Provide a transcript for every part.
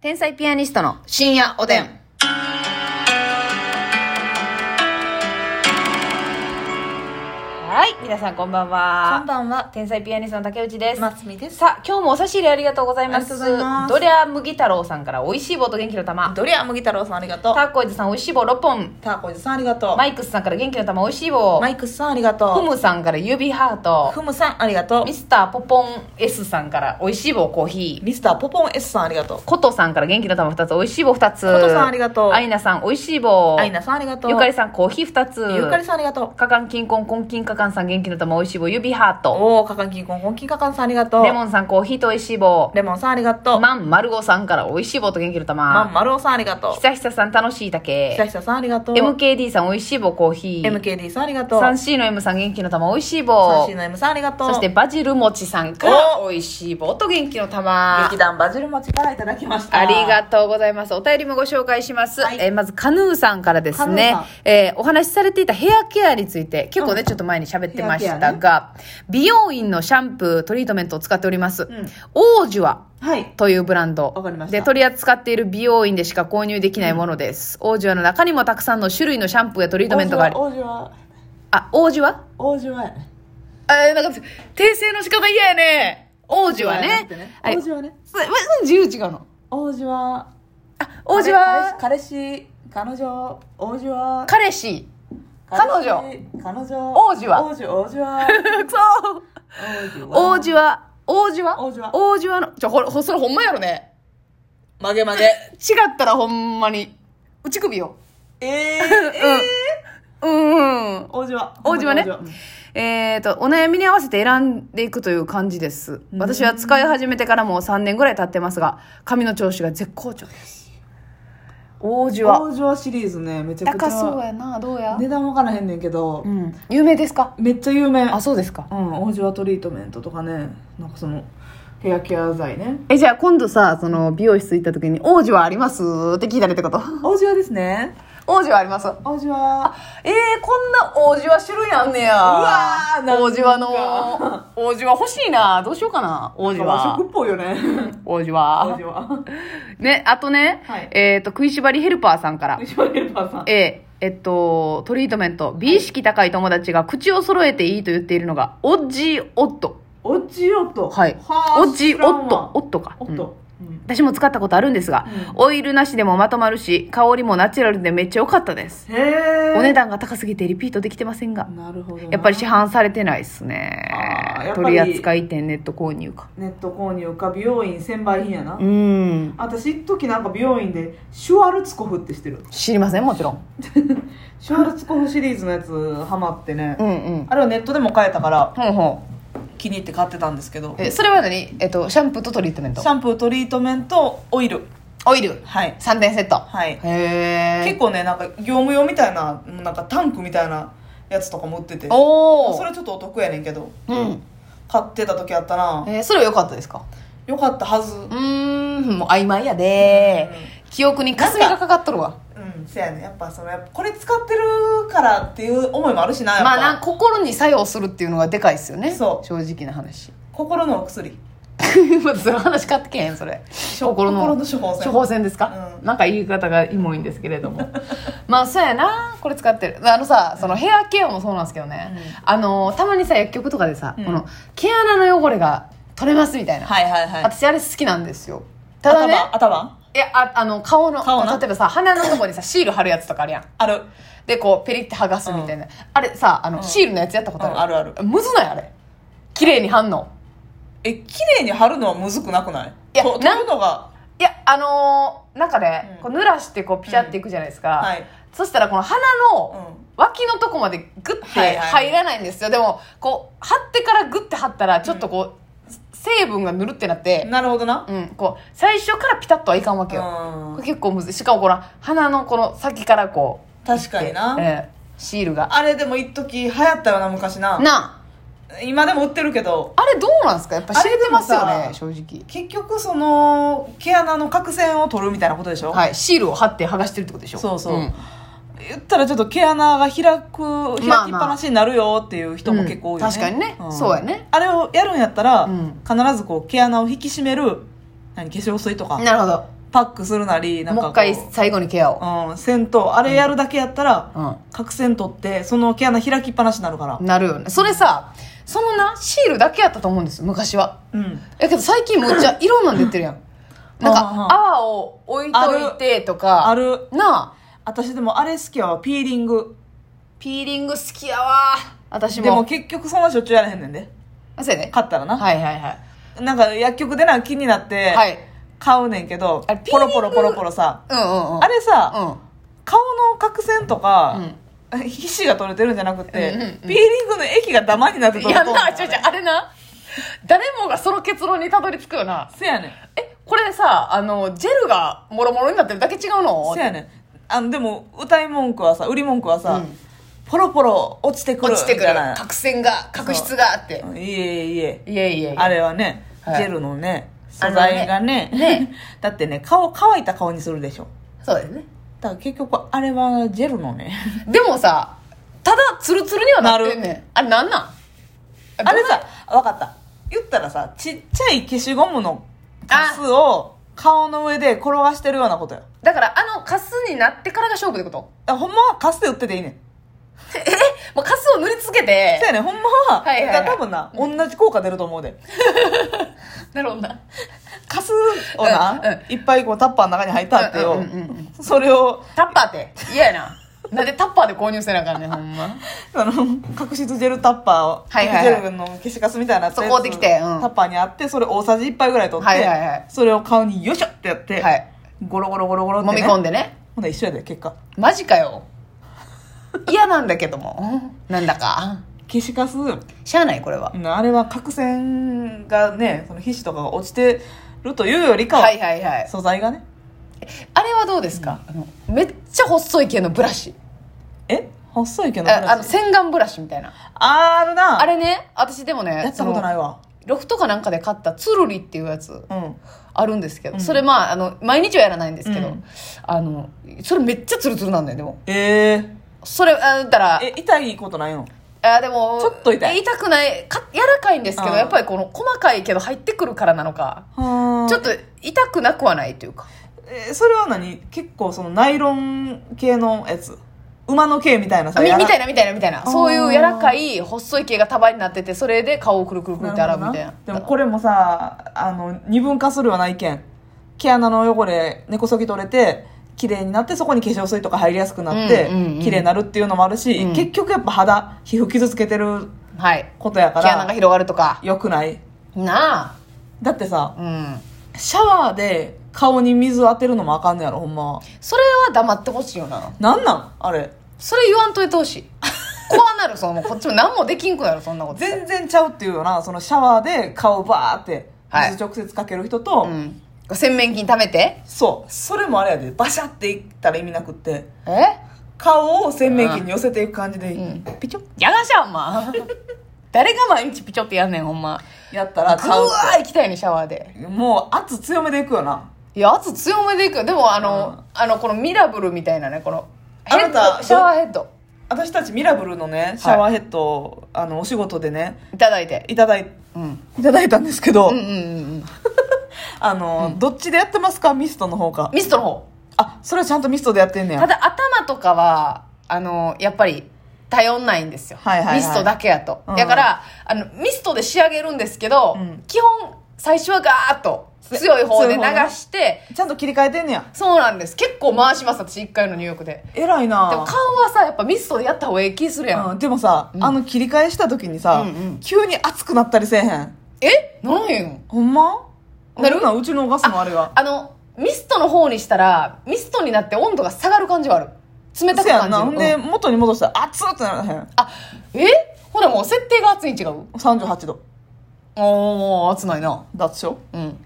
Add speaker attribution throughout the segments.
Speaker 1: 天才ピアニストの深夜おでん。はい、皆さんこんばんは。
Speaker 2: こんばんは。
Speaker 1: 天才ピアニストの竹内です。
Speaker 2: ますみです。
Speaker 1: さあ、今日もお差し入れありがとうございます。
Speaker 2: ありがとうございます
Speaker 1: ドリャ麦太郎さんから美味しい棒と元気の玉。
Speaker 2: ドリア麦太郎さんありがとう
Speaker 1: タ。ーコイズさん美味しい棒6本。
Speaker 2: ターコイズさんありがとう。
Speaker 1: マイクスさんから元気の玉美味しい棒
Speaker 2: マ。イクスさんありがとう。
Speaker 1: フムさんから指ハート。
Speaker 2: ふむさんありがと
Speaker 1: ミスターポポン S さんから美味しい棒コーヒ
Speaker 2: う。
Speaker 1: ー。
Speaker 2: ミスターポポン S さんありがとう。
Speaker 1: コトさんから元気の玉2つ、美味しい棒2つ。
Speaker 2: コトさんありがとう
Speaker 1: アイナさん美味しい棒。
Speaker 2: アイナさんありがとう。
Speaker 1: ゆかりさんコーヒー2つ。
Speaker 2: ゆかりさんありがとう。
Speaker 1: かかんきんこんこんきんかかんさん元気の玉おいしい棒指ハート
Speaker 2: おー、かかんきんこんこんきんかかんさんありがとう。
Speaker 1: レモンさんコーヒーとおいしい棒
Speaker 2: レモンさんありがとう。
Speaker 1: まんまるごさんからおいしい棒と元気の
Speaker 2: まん
Speaker 1: 玉
Speaker 2: まるおさんありがと。
Speaker 1: ひさひささん楽しいう
Speaker 2: ひさ
Speaker 1: 竹
Speaker 2: ひささんありがとう。
Speaker 1: MKD さんおいしい棒コーヒー
Speaker 2: MKD さんありがとう。
Speaker 1: 3C の M さん元気の玉おいしい
Speaker 2: 三
Speaker 1: 棒
Speaker 2: 振の M さんありがとう。
Speaker 1: そしてバジルもちさんからおいしい棒と元気の玉
Speaker 2: 劇団バジル餅からいただきました。
Speaker 1: ありがとうございます。お便りもご紹介します。
Speaker 2: はい
Speaker 1: えーまず、カヌーさんからですね
Speaker 2: カヌーさん、
Speaker 1: えーお話しされていたヘアケアについて、結構ね、ちょっと前に喋ってましたが、美容院のシャンプー、トリートメントを使っております。
Speaker 2: ん
Speaker 1: オージュア
Speaker 2: はい。
Speaker 1: というブランド
Speaker 2: わかりました
Speaker 1: で取り扱っている美容院でしか購入できないものです、オージュアの中にもたくさんの種類のシャンプーやトリートメントがあり
Speaker 2: 王子は、
Speaker 1: あオージュア
Speaker 2: 王子はやね、
Speaker 1: えー、なんか訂正の仕方嫌やねオージュアねはい
Speaker 2: 王子はね。
Speaker 1: それうん自由違うの
Speaker 2: 王子は、
Speaker 1: あオージュア
Speaker 2: 彼氏彼女王子は
Speaker 1: 彼氏彼女
Speaker 2: 彼女
Speaker 1: 王子は
Speaker 2: 王子王子は
Speaker 1: くそー 王子は王子は
Speaker 2: 王子は
Speaker 1: 王子はのちょほほそれほんまやろね
Speaker 2: 曲げ 曲げ
Speaker 1: 違ったらほんまに内首よ
Speaker 2: えー、
Speaker 1: うんうん
Speaker 2: 王子は
Speaker 1: 王子はね
Speaker 2: 王子は
Speaker 1: えー、とお悩みに合わせて選んでいくという感じです私は使い始めてからもう3年ぐらい経ってますが髪の調子が絶好調です王子は
Speaker 2: 王子はシリーズねめちゃくちゃ
Speaker 1: 高そうやなどうや、
Speaker 2: 値段わからへんねんけど、
Speaker 1: うん、有名ですか
Speaker 2: めっちゃ有名
Speaker 1: あそうですか
Speaker 2: うん王子はトリートメントとかねなんかそのヘアケア剤ね
Speaker 1: えじゃあ今度さその美容室行った時に「王子はあります?」って聞いたりってこと
Speaker 2: 王子はですね
Speaker 1: 王子はあります
Speaker 2: 王子は
Speaker 1: えー、こんな王子は種類あんねや。
Speaker 2: うわーなんか
Speaker 1: 王子はの、王子は欲しいな。どうしようかな。王子
Speaker 2: 和
Speaker 1: は
Speaker 2: 食。っぽいよね
Speaker 1: 王子
Speaker 2: 王
Speaker 1: は
Speaker 2: 子。は
Speaker 1: ね、あとね、
Speaker 2: はい
Speaker 1: えっ、と、食いしばりヘルパーさん から、
Speaker 2: 牛丸ヘルパーさん
Speaker 1: えーえっと、トリートメント、美意識高い友達が口を揃えていいと言っているのが、オッジーオット。
Speaker 2: オッジオット
Speaker 1: はい。
Speaker 2: は
Speaker 1: オ
Speaker 2: あ
Speaker 1: ッジ
Speaker 2: 知
Speaker 1: ー
Speaker 2: らん
Speaker 1: オ
Speaker 2: わ
Speaker 1: ット。オットか。
Speaker 2: おっ
Speaker 1: うん
Speaker 2: と、うん
Speaker 1: 私も使ったことあるんですが、オイルなしでもまとまるし、香りもナチュラルでめっちゃ良かったです。
Speaker 2: へえ
Speaker 1: お値段が高すぎてリピートできてませんが。
Speaker 2: なるほどな
Speaker 1: やっぱり市販されてないですね
Speaker 2: あーやっぱ
Speaker 1: 取
Speaker 2: り
Speaker 1: り扱い店ネット購入か
Speaker 2: ネット購入か美容院専売品やな、
Speaker 1: うん
Speaker 2: 私一時なんか美容院でシュワルツコフってしてる
Speaker 1: 知りませんもちろん
Speaker 2: シュワルツコフシリーズのやつハマってね、
Speaker 1: うんうん
Speaker 2: あれはネットでも買えたから
Speaker 1: ほうほ
Speaker 2: 気に入って買ってたんですけど
Speaker 1: うえそれは何、えっと、シャンプーとトリートメン
Speaker 2: シ
Speaker 1: ト
Speaker 2: ャンプートリートメントオイル
Speaker 1: オイル
Speaker 2: はい
Speaker 1: 3点セット
Speaker 2: はい
Speaker 1: へえ
Speaker 2: 結構ねなんか業務用みたいななんかタンクみたいなやつとかも売ってて
Speaker 1: おお
Speaker 2: それちょっとお得やねんけど
Speaker 1: うん
Speaker 2: 買ってた時あったな
Speaker 1: えーそれは良かったですか
Speaker 2: よかったはず
Speaker 1: うーんもう曖昧やで記憶に霞がかかっとるわ
Speaker 2: うんせやねやっぱそのやっぱこれ使ってるからっていう思いもあるしなやっぱ
Speaker 1: まあなん心に作用するっていうのがでかいっすよね
Speaker 2: そう
Speaker 1: 正直な話
Speaker 2: 心のお薬
Speaker 1: まずその話買ってけへんそれ
Speaker 2: 心の処方箋
Speaker 1: 処方箋ですか、
Speaker 2: う
Speaker 1: なんか言い方がイモいんですけれども まあそうやなこれ使ってるあのさそのヘアケアもそうなんですけどね、あのたまにさ薬局とかでさ、
Speaker 2: ん
Speaker 1: この毛穴の汚れが取れますみたいな、
Speaker 2: はいはいはい
Speaker 1: 私あれ好きなんですよただね
Speaker 2: 頭頭
Speaker 1: いやああの顔の
Speaker 2: 顔な
Speaker 1: 例えばさ鼻のとこに さシール貼るやつとかあるやん
Speaker 2: ある
Speaker 1: でこうペリって剥がすみたいな、あれさあの、シールのやつやったことある、
Speaker 2: うんあるある
Speaker 1: むずないあれ綺麗に貼んの
Speaker 2: え綺麗に貼るのはむずくなくない
Speaker 1: いや
Speaker 2: と
Speaker 1: な
Speaker 2: 取るのが
Speaker 1: いやあのーなんかね、
Speaker 2: うん
Speaker 1: こう濡らしてこうピチャっていくじゃないですか、
Speaker 2: はい
Speaker 1: そしたらこの鼻
Speaker 2: う
Speaker 1: の
Speaker 2: ん
Speaker 1: 脇のとこまでグッて
Speaker 2: はいはい
Speaker 1: 入らないんですよ、でもこう貼ってからグッて貼ったらちょっとこう、成分がぬるってなって、
Speaker 2: なるほどな
Speaker 1: うんこう最初からピタッとはいかんわけよ、
Speaker 2: う
Speaker 1: こ
Speaker 2: ん
Speaker 1: れ結構むずいしかもこの鼻のこの先からこ
Speaker 2: 確
Speaker 1: う
Speaker 2: かにな、
Speaker 1: ええシールが
Speaker 2: あれでも一時流行ったよな昔な
Speaker 1: な
Speaker 2: 今でも売ってるけど
Speaker 1: ああれどうなんですかやっぱ知れてますよ
Speaker 2: あれで
Speaker 1: ね
Speaker 2: もさ
Speaker 1: 正直
Speaker 2: 結局その毛穴の角栓を取るみたいなことでしょ、
Speaker 1: はいシールを貼って剥がしてるってことでしょ
Speaker 2: そうそう、
Speaker 1: ん
Speaker 2: 言ったらちょっと毛穴が開く開きっ
Speaker 1: まあまあ
Speaker 2: ぱなしになるよっていう人も結構多いよね、
Speaker 1: うん確かにねそうやね
Speaker 2: あれをやるんやったら、
Speaker 1: うん
Speaker 2: 必ずこう毛穴を引き締める何化粧水とか
Speaker 1: なるほど
Speaker 2: パックするなりなんかこ
Speaker 1: もう一回最後にケアを。
Speaker 2: うん銭湯あれやるだけやったら、
Speaker 1: うん。
Speaker 2: 角栓取ってその毛穴開きっぱなしになるから
Speaker 1: なるよね。それさ、そのな、シールだけやったと思うんですよ、昔は。
Speaker 2: うん
Speaker 1: やけど最近むっちゃいろんなん出てるやん。なんか、
Speaker 2: ああ
Speaker 1: 泡を置いといてとか、
Speaker 2: ある
Speaker 1: なあ、
Speaker 2: 私でもあれ好きやわピーリング
Speaker 1: ピーリング好きやわ。私も。
Speaker 2: でも結局そんなしょっちゅうやらへんねんで
Speaker 1: あ、そうやね。
Speaker 2: 買ったらな、
Speaker 1: はいはいはい。
Speaker 2: なんか薬局でなんか気になって
Speaker 1: はい。
Speaker 2: 買うねんけど、
Speaker 1: あれピー
Speaker 2: ポ
Speaker 1: リン
Speaker 2: ロ
Speaker 1: グ
Speaker 2: ポロポロポロさ
Speaker 1: うんうんうん。
Speaker 2: あれさ、
Speaker 1: うん。
Speaker 2: 顔の角栓とか、皮脂が取れてるんじゃなくて、
Speaker 1: うんうんうん
Speaker 2: ピーリングの液がダマになって
Speaker 1: い
Speaker 2: 取
Speaker 1: や
Speaker 2: れとんの
Speaker 1: な、ちょいちょい、あれな。誰もがその結論にたどり着くよな。
Speaker 2: せやねん
Speaker 1: え、これさ、あの、ジェルがもろもろになってるだけ違うの
Speaker 2: せやねんあのでも歌い文句はさ売り文句はさ、
Speaker 1: うん
Speaker 2: ポロポロ落ちてくる
Speaker 1: 落ちてくる
Speaker 2: みたいな。
Speaker 1: 角栓が、角質があって。
Speaker 2: いえいえ
Speaker 1: いえいえいえ。
Speaker 2: あれはね、
Speaker 1: はい
Speaker 2: ジェルのね素材がね
Speaker 1: あのねね
Speaker 2: だってね顔乾いた顔にするでしょ
Speaker 1: そうだよね。
Speaker 2: だから結局あれはジェルのね
Speaker 1: でもさ、ただツルツルにはなってんねん。あれなんなん
Speaker 2: あれさ分かった言ったらさちっちゃい消しゴムのカスを顔の上で転がしてるようなことよ
Speaker 1: だからあのカスになってからが勝負って こと
Speaker 2: あほんまはカスで売ってていいねん
Speaker 1: もうカスを塗りつけて
Speaker 2: そうやねんほんまは,、
Speaker 1: はいはいはい
Speaker 2: 多分な同じ効果出ると思うで
Speaker 1: なるほどな
Speaker 2: カスをな、
Speaker 1: うん
Speaker 2: いっぱいこうタッパーの中に入ったってよ、
Speaker 1: うんうんうんうん
Speaker 2: それを
Speaker 1: タッパーって嫌やななんでタッパーで購入せなあかんねんほんま
Speaker 2: あの角質ジェルタッパーを、
Speaker 1: はいはいはい
Speaker 2: ジェルの消しカスみたいなやつ
Speaker 1: そこをできてうん
Speaker 2: タッパーにあってそれ大さじ1杯ぐらい取って、
Speaker 1: はいはいはい
Speaker 2: それを顔によいしょってやって、
Speaker 1: はい
Speaker 2: ゴロゴロゴロゴロって、
Speaker 1: 揉
Speaker 2: ね、
Speaker 1: み込
Speaker 2: ん
Speaker 1: んでね
Speaker 2: ほんなら一緒やで結果
Speaker 1: マジかよ嫌なんだけどもなんだか
Speaker 2: 消しカス
Speaker 1: しゃあないこれは
Speaker 2: うんあれは角栓がねその皮脂とかが落ちてるというよりかは、
Speaker 1: はいはいはい
Speaker 2: 素材がね
Speaker 1: あれはどうですか、あのめっちゃ細い系のブラシ
Speaker 2: え細いけどブラシ
Speaker 1: ああの洗顔ブラシみたいな
Speaker 2: あるな
Speaker 1: あれね私でもね
Speaker 2: やったことないわ
Speaker 1: そのロフトかなんかで買ったツルリっていうやつ
Speaker 2: うん
Speaker 1: あるんですけど、
Speaker 2: うん
Speaker 1: それまああの毎日はやらないんですけど、
Speaker 2: うん
Speaker 1: あのそれめっちゃツルツルなんだよでも
Speaker 2: えー
Speaker 1: それあだから
Speaker 2: え痛いことないの
Speaker 1: あでも
Speaker 2: ちょっと痛い
Speaker 1: 痛くないか柔らかいんですけど
Speaker 2: あー
Speaker 1: やっぱりこの細かいけど入ってくるからなのか、ち
Speaker 2: ち
Speaker 1: ょっと痛くなくはないというか
Speaker 2: えーそれは何結構そのナイロン系のやつ馬の毛みたいな
Speaker 1: みみたいな
Speaker 2: な
Speaker 1: みたいなみたいな
Speaker 2: あー
Speaker 1: そういう柔らかい細い毛が束になっててそれで顔をくるくるくるって洗うみたいな
Speaker 2: でもこれもさあの二分化するような意見毛穴の汚れ根こそぎ取れて綺麗になってそこに化粧水とか入りやすくなって、
Speaker 1: うんうんうん
Speaker 2: 綺麗になるっていうのもあるし、
Speaker 1: うん
Speaker 2: 結局やっぱ肌皮膚傷つけてる
Speaker 1: はい
Speaker 2: ことや
Speaker 1: 毛
Speaker 2: か
Speaker 1: 穴が
Speaker 2: ら
Speaker 1: 広がるとか
Speaker 2: 良くない
Speaker 1: な
Speaker 2: だってさ
Speaker 1: あうん
Speaker 2: シャワーで顔に水当てるのもあかんのやろほんまは
Speaker 1: それは黙ってほしいよな
Speaker 2: なんなんあれ
Speaker 1: それ言わんといてほしい怖なるそのこっちも何もできんくなるそんなことしたら
Speaker 2: 全然ちゃうっていうよなそのシャワーで顔バーって
Speaker 1: はい
Speaker 2: 水直接かける人と、
Speaker 1: うん洗面器に溜めて
Speaker 2: そうそれもあれやでバシャっていったら意味なくって
Speaker 1: え
Speaker 2: 顔を洗面器に寄せていく感じで、
Speaker 1: うん
Speaker 2: ピチョッ
Speaker 1: やがしゃんま 誰が毎日ピチョってやんねんほんま
Speaker 2: やったら
Speaker 1: ぐわ
Speaker 2: 顔っ
Speaker 1: ー行きたいねシャワーで
Speaker 2: てもう圧強めでいくよない
Speaker 1: や圧強めでいくよでもあの、
Speaker 2: うん
Speaker 1: あのこのミラブルみたいなねこのヘ
Speaker 2: あ
Speaker 1: ッ
Speaker 2: な
Speaker 1: ド
Speaker 2: た
Speaker 1: シャワーヘッド
Speaker 2: 私たちミラブルのねシャワーヘッドを、あのお仕事でね
Speaker 1: いただいて、
Speaker 2: いただい
Speaker 1: うん、うん
Speaker 2: いただいたんですけど、
Speaker 1: うんうんうん
Speaker 2: あの、どっちでやってますかミストの方か
Speaker 1: ミストの方
Speaker 2: あそれはちゃんとミストでやってんね
Speaker 1: た
Speaker 2: や
Speaker 1: だ頭とかはあのやっぱり頼んないんですよ、
Speaker 2: はいはいはい
Speaker 1: ミストだけやと、
Speaker 2: うん
Speaker 1: だからあのミストで仕上げるんですけど、
Speaker 2: うん
Speaker 1: 基本最初はガーッと強い方で流して
Speaker 2: ちゃんと切り替えてんねや
Speaker 1: そうなんです結構回します私1回の入浴で
Speaker 2: 偉いな
Speaker 1: でも顔はさやっぱミストでやった方がええ気するやん、
Speaker 2: うん、でもさ、あの切り替えした時にさ、
Speaker 1: うんうん
Speaker 2: 急に熱くなったりせえへん
Speaker 1: えなんやん
Speaker 2: ほんま
Speaker 1: なる
Speaker 2: ほんんうちのガスのあれが
Speaker 1: あのミストの方にしたらミストになって温度が下がる感じはある冷たく
Speaker 2: せや
Speaker 1: 感じ
Speaker 2: んな
Speaker 1: る
Speaker 2: ほんで
Speaker 1: うん
Speaker 2: 元に戻したら熱ってならへん
Speaker 1: あえほらもう設定が熱いに違う
Speaker 2: 38度
Speaker 1: おー熱ないな
Speaker 2: だっしょ
Speaker 1: うん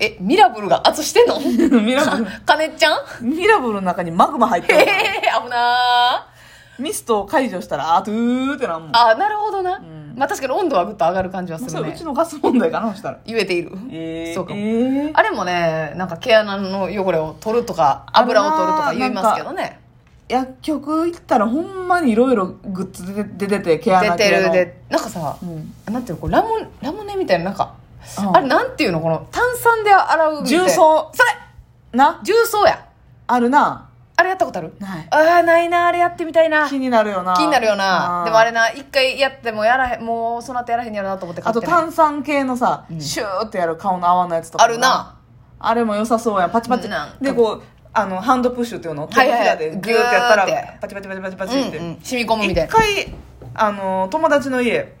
Speaker 1: えミラブルが熱してんの
Speaker 2: ミラブル
Speaker 1: かねっちゃん
Speaker 2: ミラブルの中にマグマ入って
Speaker 1: え
Speaker 2: る
Speaker 1: え危なー
Speaker 2: ミストを解除したらあトゥーってなんもん
Speaker 1: あなるほどな、
Speaker 2: ん
Speaker 1: まあ確かに温度はぐっと上がる感じはす
Speaker 2: そ
Speaker 1: る
Speaker 2: れ
Speaker 1: ね
Speaker 2: うちのガス問題かなそしたら
Speaker 1: 言えている、
Speaker 2: えー、
Speaker 1: そうかも
Speaker 2: えー
Speaker 1: あれもねなんか毛穴の汚れを取るとか油を取るとか言いますけどね
Speaker 2: 薬局行ったらほんまにいろいろグッズ出て出てて毛穴
Speaker 1: 出て
Speaker 2: 系
Speaker 1: る
Speaker 2: の
Speaker 1: でなんかさ
Speaker 2: うん
Speaker 1: なんていうのこれラムラムネみたいななんか
Speaker 2: うん
Speaker 1: あれなんていうのこの炭酸で洗うみたいな
Speaker 2: 重曹
Speaker 1: それ
Speaker 2: な
Speaker 1: 重曹や
Speaker 2: あるな
Speaker 1: あれやったことある
Speaker 2: ない
Speaker 1: ああないなあれやってみたいな
Speaker 2: 気になるよな
Speaker 1: 気になるよな
Speaker 2: あー
Speaker 1: でもあれな一回やってもやらへんもうその後やらへんやろなと思って買
Speaker 2: あ
Speaker 1: って
Speaker 2: と
Speaker 1: ない
Speaker 2: 炭酸系のさ、
Speaker 1: うん
Speaker 2: シューってやる顔の泡のやつとかも
Speaker 1: あるな
Speaker 2: あれも良さそうやんパチパチ
Speaker 1: なんか
Speaker 2: でこうあのハンドプッシュっていうのを手の
Speaker 1: は
Speaker 2: ひ
Speaker 1: いはい
Speaker 2: らでギューってやったら、
Speaker 1: ギューって
Speaker 2: パチパチパチパチパチ
Speaker 1: うん、う
Speaker 2: って、
Speaker 1: ん、染み込むみたい
Speaker 2: 一
Speaker 1: な
Speaker 2: 回あの友達の家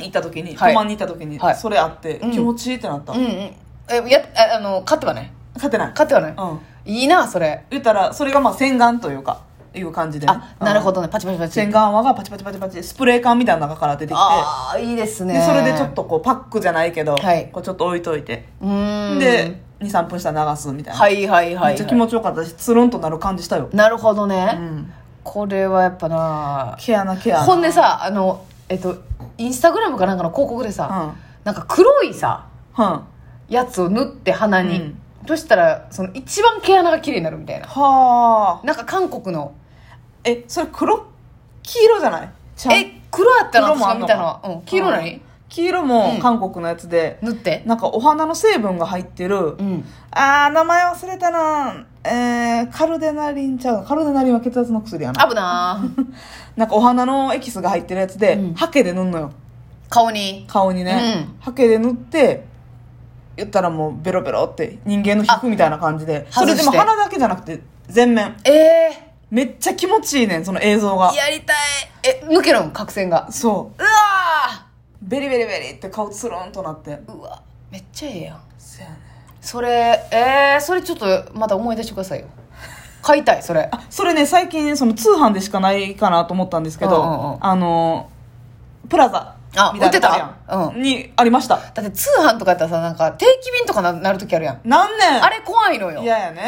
Speaker 2: 行った時に、
Speaker 1: はい
Speaker 2: 泊まりに行った時に、
Speaker 1: はい
Speaker 2: それあって、
Speaker 1: うん
Speaker 2: 気持ちいいってなった、
Speaker 1: うんうんえやああの買ってはない
Speaker 2: 勝てない
Speaker 1: 買ってはない、
Speaker 2: うん
Speaker 1: いいなそれ
Speaker 2: 言ったらそれがまあ洗顔というかいう感じでね、
Speaker 1: あなるほどねパチパチパ
Speaker 2: うん
Speaker 1: チ
Speaker 2: 洗顔泡がパチパチパチパチスプレー缶みたいな中から出てきて
Speaker 1: ああいいですね
Speaker 2: でそれでちょっとこうパックじゃないけど、
Speaker 1: はい
Speaker 2: こうちょっと置いといて、
Speaker 1: うーん
Speaker 2: で23分したら流すみたいな、
Speaker 1: はいはいはい、
Speaker 2: めっちゃ気持ちよかったしつるんとなる感じしたよ、
Speaker 1: なるほどね、
Speaker 2: うん、
Speaker 1: これはやっぱな
Speaker 2: ケアなケアな
Speaker 1: ほんでさあのえっとインスタグラムかなんかの広告でさ、なんか黒いさ
Speaker 2: うん、うん、
Speaker 1: やつを塗って鼻に、
Speaker 2: うん
Speaker 1: そしたらその一番毛穴が綺麗になるみたいな
Speaker 2: はあ
Speaker 1: なんか韓国の
Speaker 2: えそれ黒黄色じゃないちゃん
Speaker 1: え黒やったな
Speaker 2: 黒
Speaker 1: 私
Speaker 2: もあ
Speaker 1: が
Speaker 2: ん
Speaker 1: 見
Speaker 2: の
Speaker 1: たのは、うん、黄色
Speaker 2: う
Speaker 1: 何
Speaker 2: ん黄色
Speaker 1: う
Speaker 2: も
Speaker 1: ん
Speaker 2: 韓国のやつで、
Speaker 1: 塗って
Speaker 2: なんかお花の成分が入ってる、
Speaker 1: うん
Speaker 2: あー名前忘れたなえー、カルデナリンちゃうカルデナリンは血圧の薬やな
Speaker 1: 危な ー
Speaker 2: なんかお花のエキスが入ってるやつで、
Speaker 1: うん
Speaker 2: ハケで塗んのよ
Speaker 1: 顔に
Speaker 2: 顔にね、
Speaker 1: う
Speaker 2: ハケで塗って言ったらもうベロベロって人間の皮膚みたいな感じで
Speaker 1: あ
Speaker 2: それでも
Speaker 1: 外して
Speaker 2: 鼻だけじゃなくて全面
Speaker 1: ええ
Speaker 2: めっちゃ気持ちいいねんその映像が
Speaker 1: ー、やりたいえ抜けるん角栓が
Speaker 2: そう
Speaker 1: うわ
Speaker 2: ベリベリベリって顔つるんとなって
Speaker 1: ーうわめっちゃええやん
Speaker 2: そやね
Speaker 1: それえー、それちょっとまた思い出してくださいよ買いたいそれ
Speaker 2: あそれね最近その通販でしかないかなと思ったんですけど、
Speaker 1: うんうんうん
Speaker 2: あのプラザ
Speaker 1: あ
Speaker 2: みたいなとこや
Speaker 1: 売ってたうん
Speaker 2: にありました
Speaker 1: だって通販とかやったらさなんか定期便とかななるときあるやん
Speaker 2: 何年
Speaker 1: あれ怖いのよ
Speaker 2: 嫌やね